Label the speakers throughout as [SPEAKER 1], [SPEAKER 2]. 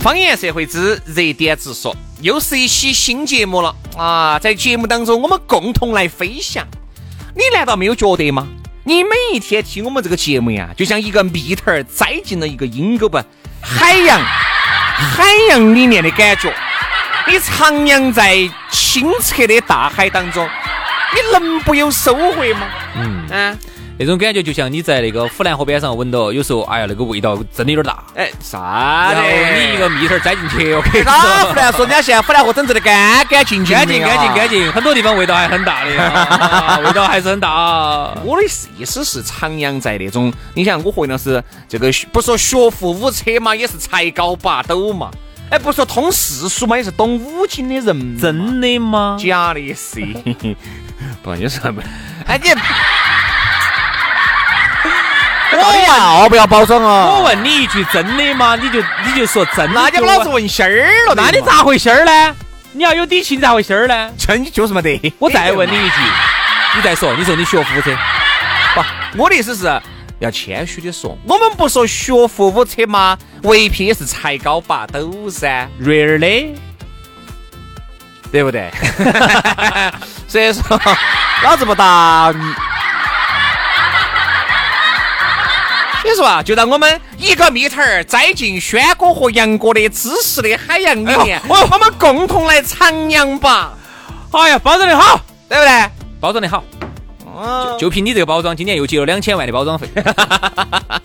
[SPEAKER 1] 方言社会之热点直说，又是一期新节目了啊！在节目当中，我们共同来飞翔。你难道没有觉得吗？你每一天听我们这个节目呀，就像一个蜜桃儿栽进了一个阴沟不海洋， 海洋里面的感觉。你徜徉在清澈的大海当中，你能不有收获吗？嗯啊，
[SPEAKER 2] 那种感觉就像你在那个湖南河边上闻到，有时候哎呀那个味道真的有点大，
[SPEAKER 1] 哎，啥
[SPEAKER 2] 然
[SPEAKER 1] 的？
[SPEAKER 2] 后你一个蜜桃儿栽进去，我跟你 说，
[SPEAKER 1] 哪 湖南说人家现在湖南河整治的干干净净的啊，
[SPEAKER 2] 干净干净干净，很多地方味道还很大的，啊 味道还是很大啊。
[SPEAKER 1] 我的意思是，徜徉在那种，你想我和杨老师这个学不说学富五车嘛，也是才高八斗嘛，哎，不说通世俗嘛，也是懂五经的人嘛，
[SPEAKER 2] 真的 吗？
[SPEAKER 1] 假的是， 不，你说不，哎你，我要不要包装
[SPEAKER 2] 我
[SPEAKER 1] 啊？
[SPEAKER 2] 问你一句，真的吗？你就你就说真的。
[SPEAKER 1] 那你把老子
[SPEAKER 2] 就
[SPEAKER 1] 问心儿了
[SPEAKER 2] 我
[SPEAKER 1] 的嘛，
[SPEAKER 2] 那你咋回心儿呢？你要有底气，你咋回心儿呢？
[SPEAKER 1] 真就是没得？哎
[SPEAKER 2] 我再问你一句，你再说，你说你学富车，
[SPEAKER 1] 不，我的意思是要谦虚的说，我们不说学富五车嘛，唯品也是才高八斗噻。
[SPEAKER 2] 瑞儿的，
[SPEAKER 1] 对不对？ 所以说， 老子不打你。所以说啊，就让我们一个蜜桃儿栽进轩哥和杨哥的知识的海洋里面，我、我们共同来徜徉吧，
[SPEAKER 2] 哦哎呀，包装的好，
[SPEAKER 1] 对不对？
[SPEAKER 2] 包装的好，
[SPEAKER 1] 嗯，
[SPEAKER 2] 就凭你这个包装，今年又接了两千万的包装费。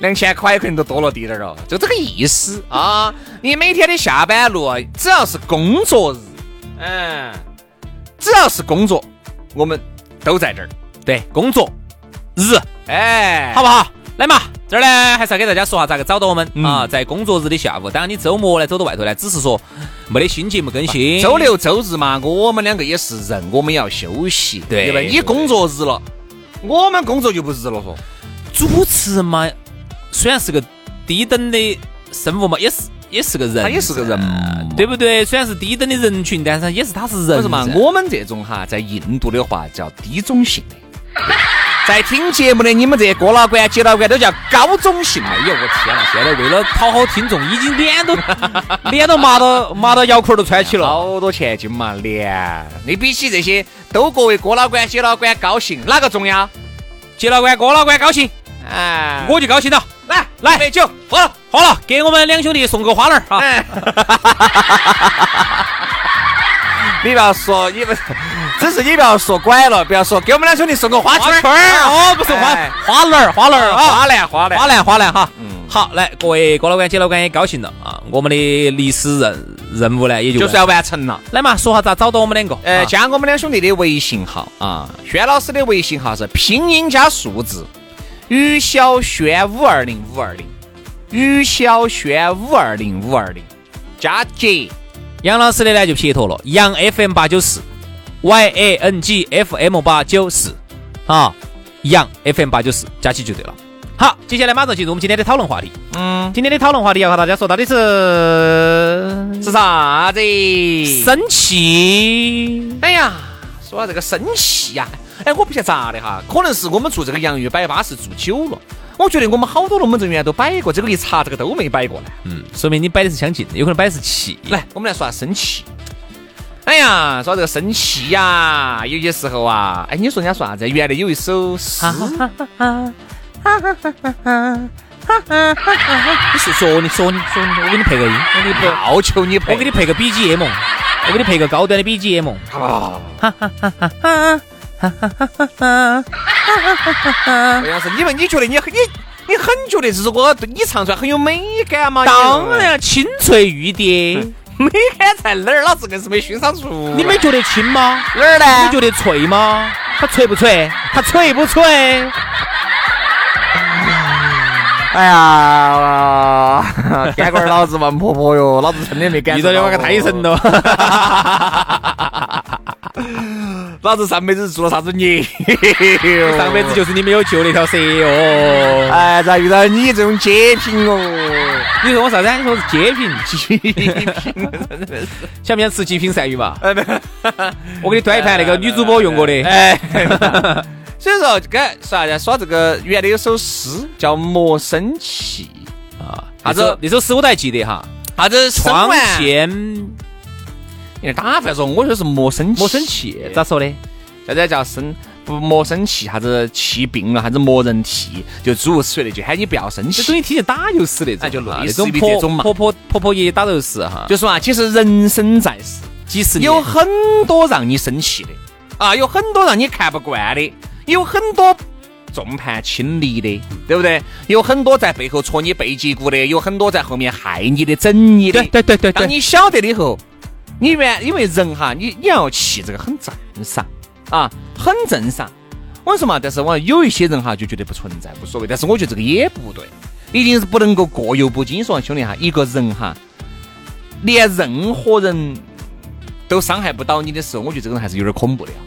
[SPEAKER 1] 两千块可能都多了滴点儿了，就这个意思啊。你每天的下班路，啊只要是工作日，嗯，只要是工作，我们都在这儿。
[SPEAKER 2] 对，工作日
[SPEAKER 1] 哎，
[SPEAKER 2] 好不好？来嘛，这儿呢还是要给大家说下咋个找到我们、
[SPEAKER 1] 嗯
[SPEAKER 2] 啊，在工作日的下午，当然你周末呢走到外头呢，只是说没得新节目更新。
[SPEAKER 1] 周六周日嘛，我们两个也是人，我们要休息，
[SPEAKER 2] 对
[SPEAKER 1] 吧？你工作日了，我们工作就不日了嗦。
[SPEAKER 2] 主持嘛，虽然是个低等的生物嘛，也是也是个人，
[SPEAKER 1] 他也是个人嘛
[SPEAKER 2] 对不对？虽然是低等的人群，但是也是他是人
[SPEAKER 1] 不是嘛？
[SPEAKER 2] 噻
[SPEAKER 1] 我们这种哈，在印度的话叫低中性的， 在听节目的你们这些哥老倌、姐老倌都叫高中性
[SPEAKER 2] 哎
[SPEAKER 1] 的。
[SPEAKER 2] 呦我天呐！现在为了讨好听众，已经脸都 脸都麻到麻到腰裤儿都穿起了。
[SPEAKER 1] 好多钱金嘛脸，你比起这些都各位哥老倌、姐老倌高兴，哪个重要？
[SPEAKER 2] 接老倌，哥老倌高兴，
[SPEAKER 1] 哎，
[SPEAKER 2] 我就高兴了。
[SPEAKER 1] 来
[SPEAKER 2] 来
[SPEAKER 1] 一杯酒，喝了。
[SPEAKER 2] 好了，给我们两兄弟送个花篮儿啊！
[SPEAKER 1] 哎，你不要说，你不，只是你不要说拐了，不要说给我们两兄弟送个花
[SPEAKER 2] 花
[SPEAKER 1] 圈
[SPEAKER 2] 圈儿哦，不是花
[SPEAKER 1] 哎
[SPEAKER 2] 花篮儿，花篮儿啊，
[SPEAKER 1] 花篮花嗯篮
[SPEAKER 2] 花篮花篮哈。好，来各位哥老倌姐老倌也高兴了啊！我们的历史任任务呢也就
[SPEAKER 1] 就是要完成了。
[SPEAKER 2] 来嘛，说下咋找到我们两个？
[SPEAKER 1] 呃，
[SPEAKER 2] 啊
[SPEAKER 1] 加我们两兄弟的微信号啊，轩老师的微信号是拼音加数字，于小轩五二零五二零，于小轩五二零五二零，加姐，
[SPEAKER 2] 杨老师的呢就撇脱了，杨 FM 八九四，Y A N G F M 八九四啊，杨 FM 八九四加起就对了。好，接下来马上进入我们今天的讨论话题。
[SPEAKER 1] 嗯，
[SPEAKER 2] 今天的讨论话题要和大家说到的是
[SPEAKER 1] 是啥子？
[SPEAKER 2] 生气。
[SPEAKER 1] 哎呀，说到这个生气呀，哎，我不晓得咋的哈，可能是我们做这个洋芋摆巴士做久了，我觉得我们好多龙门阵原来都摆过，这个一查这个都没摆过呢。
[SPEAKER 2] 嗯，说明你摆的是相近的，有可能摆的是气。
[SPEAKER 1] 来，我们来说下生气。哎呀，说到这个生气呀，有些时候啊， 哎，你说人家说啥子？原来有一首诗，
[SPEAKER 2] 你说说你说你说你，我给你配个音，我给你配，
[SPEAKER 1] 要求你配，
[SPEAKER 2] 我给你配个 BGM，我给你配个高端的 BGM。
[SPEAKER 1] 这样是你们，你觉得你很你你很觉得这首歌对你唱出来很有美感吗？
[SPEAKER 2] 当，然清脆欲滴，
[SPEAKER 1] 美感在哪儿？老子硬是没欣赏出。
[SPEAKER 2] 你没觉得轻吗？
[SPEAKER 1] 哪儿呢？
[SPEAKER 2] 你觉得脆吗？它脆不脆？它脆不脆？
[SPEAKER 1] 哎呀，干官老子王婆婆哟，老子真的没感
[SPEAKER 2] 遇到的我可太神。 了。
[SPEAKER 1] 老子上辈子做了啥 子孽？
[SPEAKER 2] 上辈子就是你没有救那条蛇哦。
[SPEAKER 1] 哎，咋遇到你这种截屏哦？
[SPEAKER 2] 你说我啥子啊？你说我是街贫，
[SPEAKER 1] 截屏，
[SPEAKER 2] 想不想吃极品鳝鱼嘛？
[SPEAKER 1] 哎
[SPEAKER 2] 我给你端一盘那 个女主播用过的。哎，
[SPEAKER 1] 所以说，该啥子耍这个原来有首诗叫《莫生气啊
[SPEAKER 2] 啥子？那首诗我都还记得哈。》，
[SPEAKER 1] 啥子生
[SPEAKER 2] 床
[SPEAKER 1] 完？
[SPEAKER 2] 前
[SPEAKER 1] 你打饭说，我就是莫生气，
[SPEAKER 2] 莫生气，咋说的？
[SPEAKER 1] 啥子叫生不莫生气？啥子啊气病了？啥子磨人气？就诸如此类的，就喊你不要生
[SPEAKER 2] 这
[SPEAKER 1] 气
[SPEAKER 2] 等。于提前打就死那种，
[SPEAKER 1] 哎就类
[SPEAKER 2] 啊那
[SPEAKER 1] 似
[SPEAKER 2] 种
[SPEAKER 1] 于
[SPEAKER 2] 婆
[SPEAKER 1] 这种嘛
[SPEAKER 2] 婆婆婆婆爷爷打就是哈，
[SPEAKER 1] 就说啊，其实人生在世，
[SPEAKER 2] 几十年
[SPEAKER 1] 有很多让你生气的啊，有很多让你看不惯的，有很多众叛亲离的，对不对？有很多在背后戳你背脊骨的，有很多在后面害你的、整你的。
[SPEAKER 2] 对对对对
[SPEAKER 1] 当
[SPEAKER 2] 对，
[SPEAKER 1] 你晓得了以后，你原因为人哈，你你要气这个很正常啊，很正常。我说嘛，但是我有一些人哈就觉得不存在无所谓，但是我觉得这个也不对，一定是不能够过犹不及。你说兄弟哈，一个人哈，连任何人都伤害不到你的时候，我觉得这个人还是有点恐怖的呀。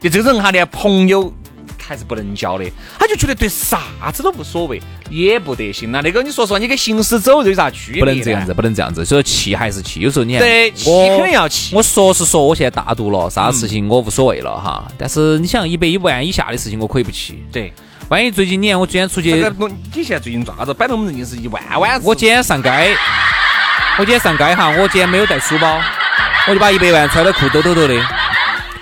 [SPEAKER 1] 就这个人哈，连朋友还是不能交的，他就觉得对啥子都无所谓，也不得行了。那个你说实话，你跟行尸走肉有啥区别？
[SPEAKER 2] 不能这样子，。不能这样子，所以气还是气，有时候你看
[SPEAKER 1] 对，气肯定要气。
[SPEAKER 2] 我说是说，我现在大度了，啥事情我无所谓了哈。但是你想，一百一万以下的事情我可以不气。
[SPEAKER 1] 对，
[SPEAKER 2] 万一最近你看我今天出
[SPEAKER 1] 这
[SPEAKER 2] 去
[SPEAKER 1] 个，东你现在最近做啥子？摆龙门阵已经是一万万次。
[SPEAKER 2] 呃我今天上街，我今天上街哈，我今天没有带书包，我就把一百万揣到裤兜兜头的，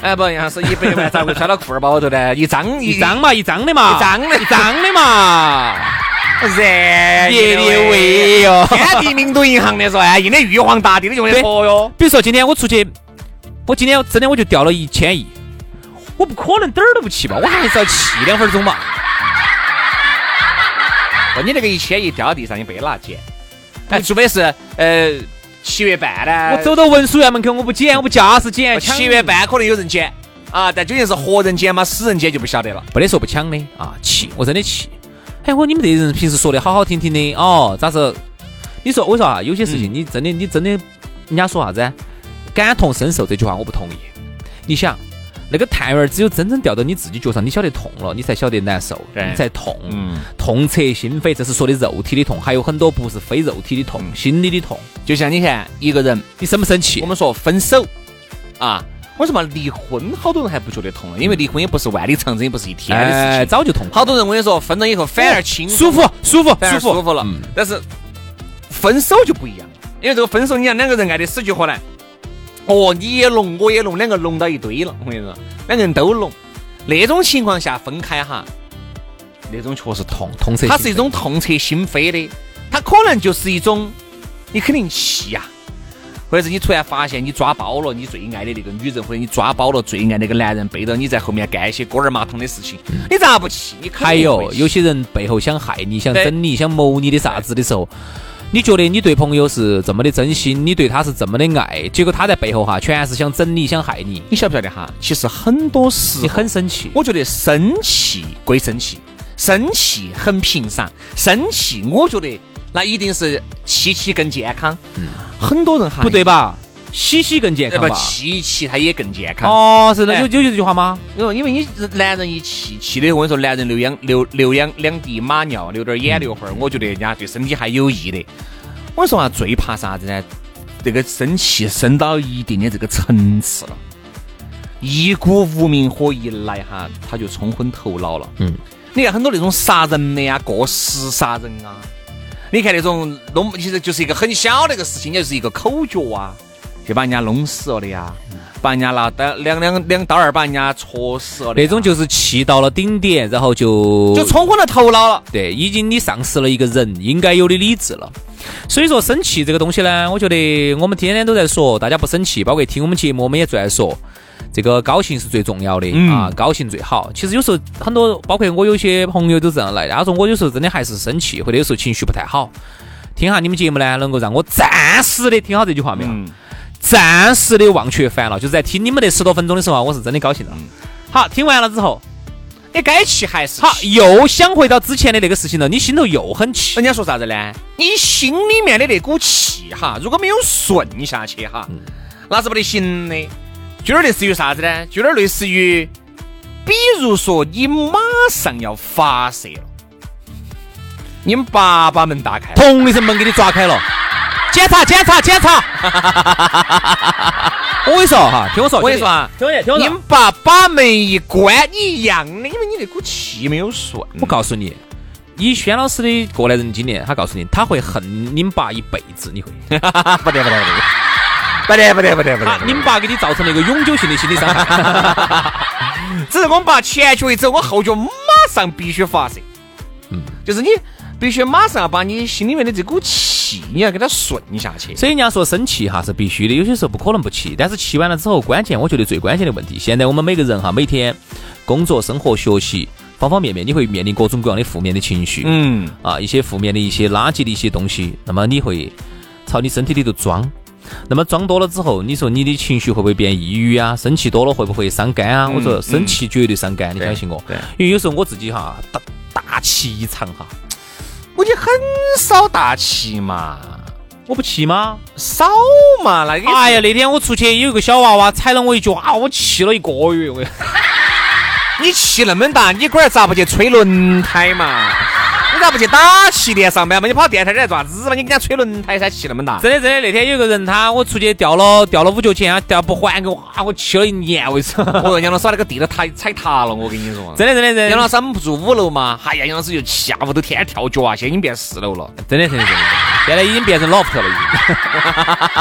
[SPEAKER 1] 哎不，要是一百万咋会揣到裤儿包头呢？一张
[SPEAKER 2] 一张嘛，一张的嘛，
[SPEAKER 1] 一张的
[SPEAKER 2] 一张的嘛，
[SPEAKER 1] 热
[SPEAKER 2] 热烈味 哟。
[SPEAKER 1] 天地名都银行的说，哎，印的玉皇大帝的用的
[SPEAKER 2] 哦对
[SPEAKER 1] 佛哟。
[SPEAKER 2] 比如说今天我出去，我今天真的我就掉了一千亿，我不可能点儿都不气吧，我还是要气两分钟吧。
[SPEAKER 1] 不，你那个一千亿掉到地上，你别拿捡。哎，除非是呃七月半呢，
[SPEAKER 2] 啊我走到文殊院门口，我不捡，我不夹是捡，
[SPEAKER 1] 呃
[SPEAKER 2] 抢
[SPEAKER 1] 七月半可能有人捡啊，但究竟是活人捡吗？死人捡就不晓得了。
[SPEAKER 2] 没得说不抢的啊，气，我真的气。哎，我你们这些人平时说的好好听听的哦，咋是？你说我说啊，有些事情
[SPEAKER 1] 嗯
[SPEAKER 2] 你真的、你真的，人家说啥子啊？感同身受这句话我不同意。你想，那个探员只有真正掉到你自己脚上，你晓得痛了，你才晓得难受，
[SPEAKER 1] 对
[SPEAKER 2] 你才痛，
[SPEAKER 1] 嗯
[SPEAKER 2] 痛彻心扉。这是说的肉体的痛，还有很多不是非肉体的痛，心理的痛。
[SPEAKER 1] 就像你看一个人，
[SPEAKER 2] 你生不生气
[SPEAKER 1] 嗯我？们说分手啊，我说嘛，离婚好多人还不觉得痛了，因为离婚也不是万里长征，也不是一天的事情。
[SPEAKER 2] 哎，早就痛苦，
[SPEAKER 1] 好多人我跟你说，分了以后反而轻
[SPEAKER 2] 舒
[SPEAKER 1] 松
[SPEAKER 2] 服，舒服，
[SPEAKER 1] 反而
[SPEAKER 2] 舒
[SPEAKER 1] 舒服了。
[SPEAKER 2] 嗯
[SPEAKER 1] 但是分手就不一样了，因为这个分手，你看两个人爱的死去活来，哦，你也聋，我也聋，两个聋到一堆了。我跟你说，两个人都聋，那种情况下分开哈，那种确实痛
[SPEAKER 2] 痛，痛彻心扉。
[SPEAKER 1] 它是一种痛彻心扉的，它可能就是一种你肯定气呀、或者是你突然发现你抓包了你最爱的那个女人，或者你抓包了最爱那个男人，背着你在后面干一些锅儿麻汤的事情，你咋不气？你肯定
[SPEAKER 2] 还有
[SPEAKER 1] 会气
[SPEAKER 2] 有些人背后想害你、想
[SPEAKER 1] 对
[SPEAKER 2] 整你、想谋你的啥子的时候，你觉得你对朋友是这么的真心，你对他是这么的爱，结果他在背后哈，全是想整你、想害你，
[SPEAKER 1] 你晓不晓得哈？其实很多时
[SPEAKER 2] 你
[SPEAKER 1] 候，
[SPEAKER 2] 很生气。
[SPEAKER 1] 我觉得生气归生气，生气很平常，生气我觉得那一定是气气更健康。很多人哈
[SPEAKER 2] 不对，吧？洗洗更健
[SPEAKER 1] 呃
[SPEAKER 2] 康
[SPEAKER 1] 不
[SPEAKER 2] 吧？
[SPEAKER 1] 气气他也更健康。
[SPEAKER 2] 哦，是的，
[SPEAKER 1] 哎
[SPEAKER 2] 有有这句话吗？
[SPEAKER 1] 因为因为你男人一气气的，我跟你说，男人流两流流两两滴马尿，流点眼流花儿，我觉得人家对身体还有益的。我跟你说啊，最怕啥子呢？这个生气生到一定的这个层次了，一股无名火一来哈，他就冲昏头脑了。
[SPEAKER 2] 嗯，
[SPEAKER 1] 你看很多那种杀人的呀，过失杀人啊，你看那种弄，其实就是一个很小的一个事情，也就是一个口角啊。就把人家弄死了的呀，把人家拿刀两两两刀儿把人家戳死了的呀，
[SPEAKER 2] 那种就是气到了顶点，然后就
[SPEAKER 1] 就冲昏了头脑了。
[SPEAKER 2] 对，已经你丧失了一个人应该有的理智了。所以说，生气这个东西呢，我觉得我们天天都在说，大家不生气，包括听我们节目，我们也在说，这个高兴是最重要的、啊，高兴最好。其实有时候很多，包括我有些朋友都这样来，他说我有时候真的还是生气，或者有时候情绪不太好。听下你们节目呢，能够让我暂时的听好这句话没有？
[SPEAKER 1] 嗯，
[SPEAKER 2] 暂时的忘却烦恼，就是在听你们那十多分钟的时候啊，我是真的高兴了。好，听完了之后，
[SPEAKER 1] 你该气还是
[SPEAKER 2] 好
[SPEAKER 1] 气，
[SPEAKER 2] 又想回到之前的那个事情了，你心头又很气。
[SPEAKER 1] 人家说啥子呢？你心里面的那股气哈，如果没有顺下去哈，那是不得行的。就有点类似于啥子呢？就有点类似于，比如说你马上要发射了，你们爸把门打开了，
[SPEAKER 2] 同一声门给你抓开了，检查检查检 查。我跟你说哈，听我说，
[SPEAKER 1] 我跟你说啊，
[SPEAKER 2] 兄弟，听我
[SPEAKER 1] 你
[SPEAKER 2] 说
[SPEAKER 1] 们，爸把门一关，你一样的，因为你那股气没有顺。
[SPEAKER 2] 我告诉你，以轩老师的过来人经验，他告诉你，他会恨你们爸一辈子， 你会，
[SPEAKER 1] 不得不得不得不得不得不得
[SPEAKER 2] 啊
[SPEAKER 1] 不得！
[SPEAKER 2] 你们爸给你造成了一个永久性的心理伤害。
[SPEAKER 1] 只是我们把前脚一走，我后脚马上必须发射。嗯，就是你必须马上要把你心里面的这股气，你要给它顺下去。
[SPEAKER 2] 所以人家说生气哈是必须的，有些时候不可能不气，但是气完了之后，关键我觉得最关键的问题，现在我们每个人哈，每天工作、生活、学习方方面面，你会面临各种各样的负面的情绪，
[SPEAKER 1] 嗯，
[SPEAKER 2] 啊，一些负面的一些垃圾的一些东西，那么你会朝你身体里头装。那么装多了之后，你说你的情绪会不会变抑郁啊？生气多了会不会伤肝啊？我说生气绝对伤肝，你相信我。
[SPEAKER 1] 对
[SPEAKER 2] 因为有时候我自己哈大大气一场哈，
[SPEAKER 1] 我就很少大气嘛，
[SPEAKER 2] 我不气吗？
[SPEAKER 1] 少嘛，那个
[SPEAKER 2] 哎呀，，那天我出去有一个小娃娃踩了我一脚啊，我气了一个月。我
[SPEAKER 1] 你气那么大，你龟儿咋不去吹轮胎嘛？你咋不去打气垫上班嘛？你跑电台里来做啥子嘛？你给人家吹轮胎噻，气那么大。
[SPEAKER 2] 真的真的，那天有个人他我出去掉了掉了五角钱，他掉不还给我啊，我气了一年为止。
[SPEAKER 1] 我哦说杨老师把那个地都踩踩塌了，我跟你说。
[SPEAKER 2] 真的真的真的，
[SPEAKER 1] 杨老师，我们不住五楼嘛？哎呀，杨老师就气啊，屋头天天跳脚啊，现在已经变四楼了。
[SPEAKER 2] 真的真的真的，现在已经变成老婆了已经。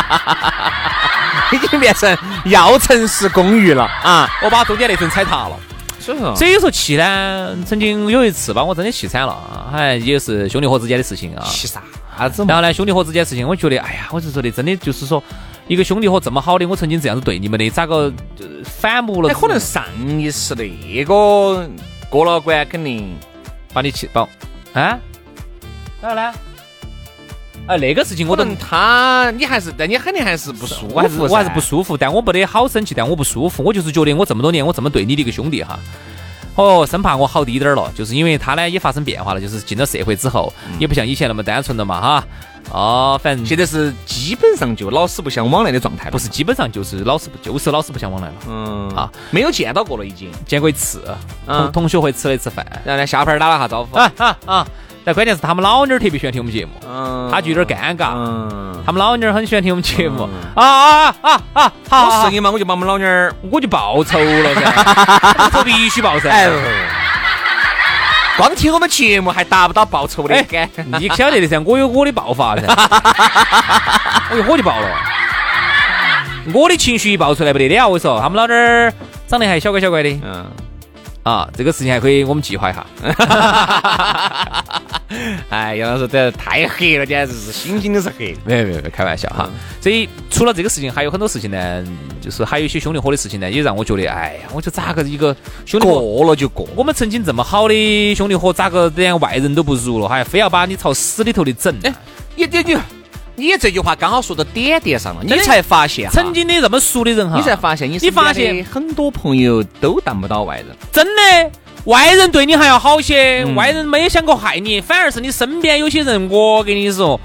[SPEAKER 1] 已 经变成药城市公寓了啊！
[SPEAKER 2] 我把中间那层踩塌了。
[SPEAKER 1] 所以说
[SPEAKER 2] 所以有时候气呢，曾经有一次把我真的气惨了，哎，也是兄弟伙之间的事情啊。
[SPEAKER 1] 气啥子
[SPEAKER 2] 然？后呢，兄弟伙之间的事情，我觉得，哎呀，我是说的，真的就是说，一个兄弟伙这么好的，我曾经这样子对你们的，咋个呃反目了之
[SPEAKER 1] 那
[SPEAKER 2] 后？
[SPEAKER 1] 哎可能上一次那个过了关，肯定
[SPEAKER 2] 把你气爆啊？然后呢？啊，那个事情我
[SPEAKER 1] 可
[SPEAKER 2] 都
[SPEAKER 1] 能他你还是，但你肯定还是不舒服，
[SPEAKER 2] 我还是我还是不
[SPEAKER 1] 服
[SPEAKER 2] 舒服，但我没得好生气，但我不舒服，我就是觉得我这么多年我这么对你的一个兄弟哈，哦，生怕我好滴点儿了，就是因为他呢也发生变化了，就是进了社会之后，
[SPEAKER 1] 嗯
[SPEAKER 2] 也不像以前那么单纯了嘛哈，哦，反
[SPEAKER 1] 噻。
[SPEAKER 2] 正
[SPEAKER 1] 现在是基本上就老死不相往来的状态了，
[SPEAKER 2] 不是基本上就是老死不就是老死不相往来了，
[SPEAKER 1] 嗯
[SPEAKER 2] 啊，
[SPEAKER 1] 没有见到过了已经。
[SPEAKER 2] 见过一次，同
[SPEAKER 1] 嗯
[SPEAKER 2] 同学会吃了一次饭，
[SPEAKER 1] 然后呢，下盘儿打了下招呼，
[SPEAKER 2] 啊啊啊，但关键是他们老妞儿特别喜欢听我们节目，
[SPEAKER 1] 嗯
[SPEAKER 2] 他就有点尴尬，
[SPEAKER 1] 嗯，
[SPEAKER 2] 他们老妞儿很喜欢听我们节目，啊啊啊啊啊，好
[SPEAKER 1] 我
[SPEAKER 2] 好
[SPEAKER 1] 是你嘛，我就把我们老妞儿，
[SPEAKER 2] 我就报仇了噻， 我必须报噻。
[SPEAKER 1] 哎，不不不光听我们节目还达不到报仇的
[SPEAKER 2] 哎
[SPEAKER 1] 感。
[SPEAKER 2] 你晓得的噻，我有我的爆发 噻，哎我就火就爆了，我的情绪一爆出来不得了，我说他们老点儿长得还小乖小乖的
[SPEAKER 1] 嗯。
[SPEAKER 2] 啊，这个事情还可以我们计划一下。
[SPEAKER 1] 哎，杨老师，这太黑了，简直是星星都是黑。
[SPEAKER 2] 没有没有，没有开玩笑哈。所以除了这个事情，还有很多事情呢，就是还有一些兄弟伙的事情呢，也让我觉得，哎呀，我就咋个一个兄弟伙。
[SPEAKER 1] 过了就过，
[SPEAKER 2] 我们曾经这么好的兄弟伙，咋个连外人都不如了，哎还非要把你朝死里头的整？
[SPEAKER 1] 哎你你你，你这句话刚好说到点点上了，你
[SPEAKER 2] 真的
[SPEAKER 1] 才发现哈，
[SPEAKER 2] 曾经的这么熟的人哈，
[SPEAKER 1] 啊你才发现你
[SPEAKER 2] 你
[SPEAKER 1] 身边
[SPEAKER 2] 发现
[SPEAKER 1] 的很多朋友都当不到外人，
[SPEAKER 2] 真的，外人对你还要好些，
[SPEAKER 1] 嗯
[SPEAKER 2] 外人没有想过害你，反而是你身边有些人，我跟你说，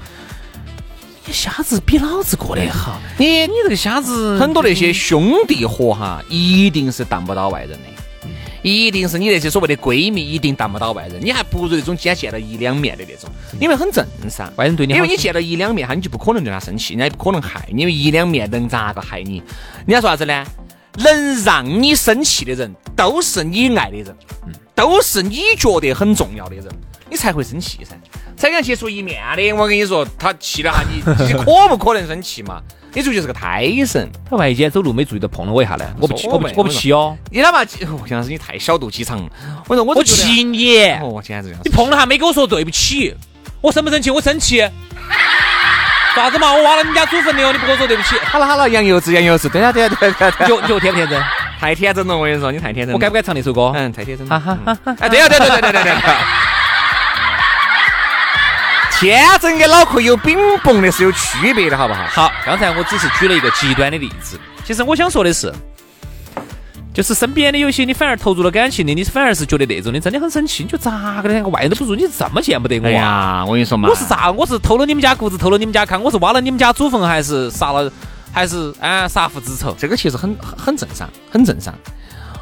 [SPEAKER 2] 你瞎子比老子过得
[SPEAKER 3] 哎
[SPEAKER 2] 好。
[SPEAKER 1] 你
[SPEAKER 2] 你这个瞎子，嗯
[SPEAKER 1] 很多那些兄弟伙哈，一定是当不到外人的，
[SPEAKER 2] 嗯
[SPEAKER 1] 一定是你那些所谓的闺蜜，一定当不到外人，你还不如那种今天见了一两面的那种，因为很正常。
[SPEAKER 2] 嗯外人对你好
[SPEAKER 1] 因为你见了一两面哈，你就不可能对他生气，人家也不可能害你，因为一两面能咋个害你？人家说啥子呢？能让你生气的人，都是你爱的人，都是你觉得很重要的人，你才会生 气噻，才敢接触一面的。我跟你说，他气了哈，你你可不可能生气嘛？你这就是个胎神。
[SPEAKER 3] 他万一今天走路没注意到碰了我一下呢？我不气，
[SPEAKER 1] 无所
[SPEAKER 3] 我不
[SPEAKER 1] 谓
[SPEAKER 3] 气，我不气哦，
[SPEAKER 1] 你哪怕气，哦杨老师你太小肚鸡肠了。我说我就
[SPEAKER 3] 我
[SPEAKER 1] 觉得
[SPEAKER 3] 气你！
[SPEAKER 1] 哦，我简直这样
[SPEAKER 3] 你碰了还没跟我说对不起，我生不生气？我生气。 啥子嘛？我挖了你家祖坟的哦，你不跟我说对不起，
[SPEAKER 1] 好了好了，杨柚子杨柚子，对呀对呀对呀对呀，
[SPEAKER 3] 你觉你觉我天不天真？
[SPEAKER 1] 太天真了，我跟你说，你太天真了。
[SPEAKER 3] 我该不该唱那首歌？
[SPEAKER 1] 嗯，太天真
[SPEAKER 3] 哈哈
[SPEAKER 1] 了。
[SPEAKER 3] 哈
[SPEAKER 1] 嗯哎，对呀对对对对对对对。 天真跟脑壳有饼蹦的是有区别的，好不好？
[SPEAKER 3] 好，刚才我只是举了一个极端的例子。其实我想说的是，就是身边的有些你反而投入了感情的，你反而是觉得那种的真的很生气，你就咋个的？我外人都不如，你这么见不得
[SPEAKER 1] 哎
[SPEAKER 3] 我啊？
[SPEAKER 1] 呀，我跟你说嘛，
[SPEAKER 3] 我是咋？我是偷了你们家谷子，偷了你们家糠，我是挖了你们家祖坟，还是杀了，还是啊杀父之仇？
[SPEAKER 1] 这个其实很很很正常，很正常。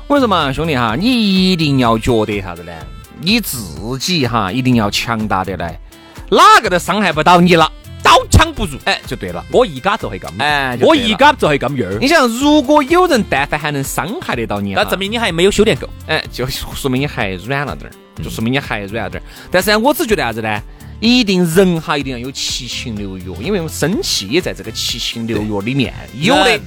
[SPEAKER 1] 我跟你说嘛，兄弟哈，你一定要觉得啥子呢？你自己哈，一定要强大的来，哪个都伤害不到你了，
[SPEAKER 3] 刀枪不入，
[SPEAKER 1] 哎，就对了。
[SPEAKER 3] 我一嘎就会咁，
[SPEAKER 1] 哎就对了
[SPEAKER 3] 我一嘎就会咁样儿。
[SPEAKER 1] 你想，如果有人但凡还能伤害得到你哈，
[SPEAKER 3] 那证明你还没有修炼够。
[SPEAKER 1] 哎，就说明你还软了点儿，
[SPEAKER 3] 嗯
[SPEAKER 1] 就说明你还软了点儿。但是呢，我只觉得啥子呢？一定人哈一定要有七情六欲，因为生气也在这个七情六欲里面有的
[SPEAKER 3] 人。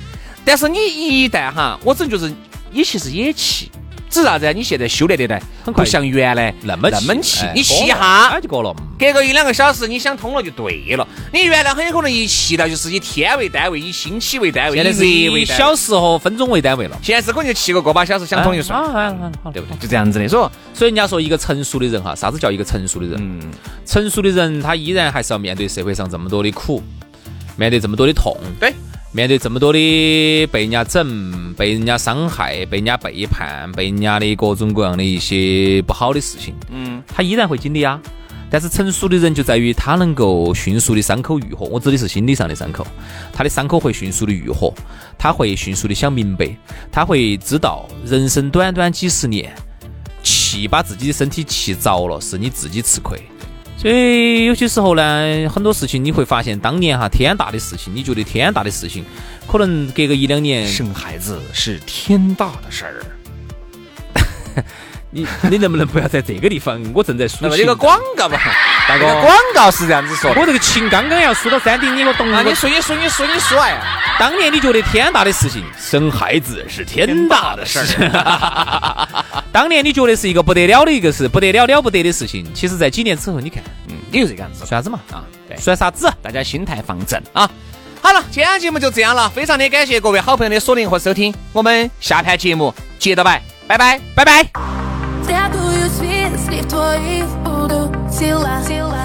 [SPEAKER 1] 但是你一旦哈，我只能就是你其实也气，只是啥子啊呢？你现在修炼的呢，
[SPEAKER 3] 很快
[SPEAKER 1] 不像原来
[SPEAKER 3] 那么
[SPEAKER 1] 那么气
[SPEAKER 3] 哎，
[SPEAKER 1] 你气一
[SPEAKER 3] 过了
[SPEAKER 1] 下
[SPEAKER 3] 哎就过了。嗯
[SPEAKER 1] 隔个一两个小时，你想通了就对了。你原来很有可能一气到就是以天为单位，以星期为单位，
[SPEAKER 3] 现在是
[SPEAKER 1] 以日
[SPEAKER 3] 以
[SPEAKER 1] 为单位
[SPEAKER 3] 小。时和分钟为单位了，
[SPEAKER 1] 现在是可能就气个个把小时，想通就算
[SPEAKER 3] 哎
[SPEAKER 1] 了，
[SPEAKER 3] 好好好好
[SPEAKER 1] 对不对？就这样子的，所以
[SPEAKER 3] 所以人家说一个成熟的人哈，啥子叫一个成熟的人？
[SPEAKER 1] 嗯，
[SPEAKER 3] 成熟的人他依然还是要面对社会上这么多的苦，面对这么多的痛，
[SPEAKER 1] 对，
[SPEAKER 3] 面对这么多的被人家整、被人家伤害、被人家背叛、被人家的各种各样的一些不好的事情，
[SPEAKER 1] 嗯，
[SPEAKER 3] 他依然会经历啊。但是成熟的人就在于他能够迅速的伤口愈合，我指的是心理上的伤口，他的伤口会迅速的愈合，他会迅速的想明白，他会知道人生短短几十年，气把自己的身体气着了，是你自己吃亏。所以有些时候呢，很多事情你会发现，当年哈天大的事情，你觉得天大的事情，可能隔个一两年，
[SPEAKER 1] 生孩子是天大的事儿。
[SPEAKER 3] 你你能不能不要在这个地方？我正在
[SPEAKER 1] 那
[SPEAKER 3] 抒
[SPEAKER 1] 么这
[SPEAKER 3] 情
[SPEAKER 1] 个，广告吧，
[SPEAKER 3] 大
[SPEAKER 1] 这个
[SPEAKER 3] 哥，
[SPEAKER 1] 广告是这样子说的。
[SPEAKER 3] 我这个情刚刚要输到山顶，你给我懂
[SPEAKER 1] 啊，
[SPEAKER 3] 了。
[SPEAKER 1] 你说，你说，你说，你说哎呀！
[SPEAKER 3] 当年你觉得天大的事情，生孩子是天大的事 儿。当年你觉得是一个不得了的一个事，不得了了不得的事情，其实在几年之后，你看
[SPEAKER 1] 嗯，你就这个样子
[SPEAKER 3] 算啥子嘛？
[SPEAKER 1] 啊。对，
[SPEAKER 3] 算啥子？
[SPEAKER 1] 大家心态放正啊。好了，今天节目就这样了，非常的感谢各位好朋友的锁定和收听，我们下盘节目接着拜，拜拜，拜拜。
[SPEAKER 4] слів твоїх буду ціла.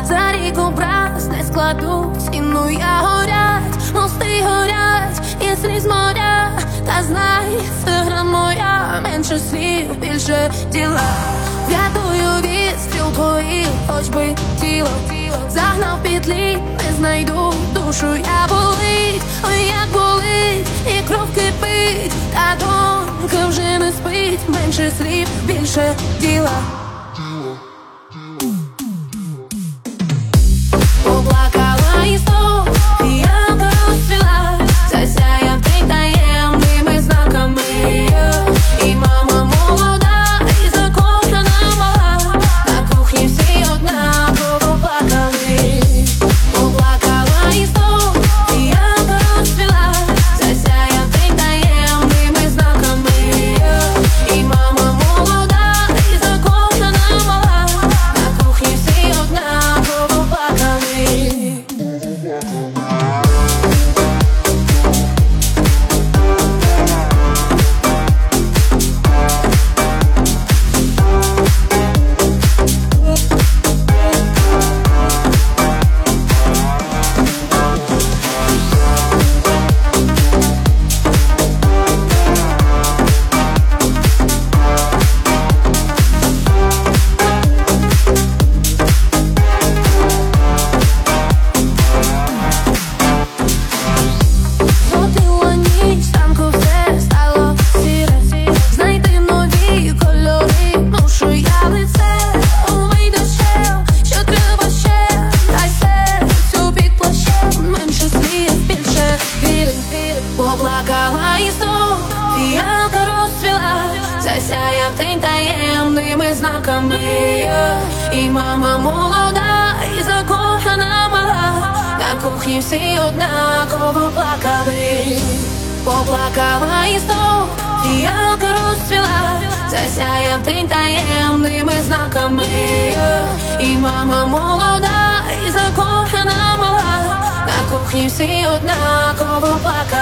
[SPEAKER 4] За рік образ не складуть, ціну я горять, мости горять, і сліз моря, та знай, сигра моя, менше слів, більше діла. Врятую від стріл твоїх, хоч би тіло, загнав під лід, не знайду душу, я болить, ой, як болить, і кров кипить, та донька вже не спить, менше слів, більше діла. Поплакала і знов фіалка розцвіла, засяяв день таємними знаками. І мама молода, і закохана мала, на кухні всі однаково плакали. Поплакала і знов фіалка розцвіла, засяяв день таємними знаками. І мама молода, і закохана мала, на кухні всі однаково плакали. Ходила ніч, станку все стало сіре, знайти нові кольори, мушу я в лице, умий дощем, що треба ще, дай серцю під плащем, менше слів, більше вірить, поплакала і знов, фіалка розцвіла, засяяв день таємними знаками, і мама молода, і закохана мала. на кухні всі однаково плакали. Поплакала і знов фіалка розцвіла, засяяв день таємними знаками. І мама молода, і закохана мала, на кухні всі однаково плакали.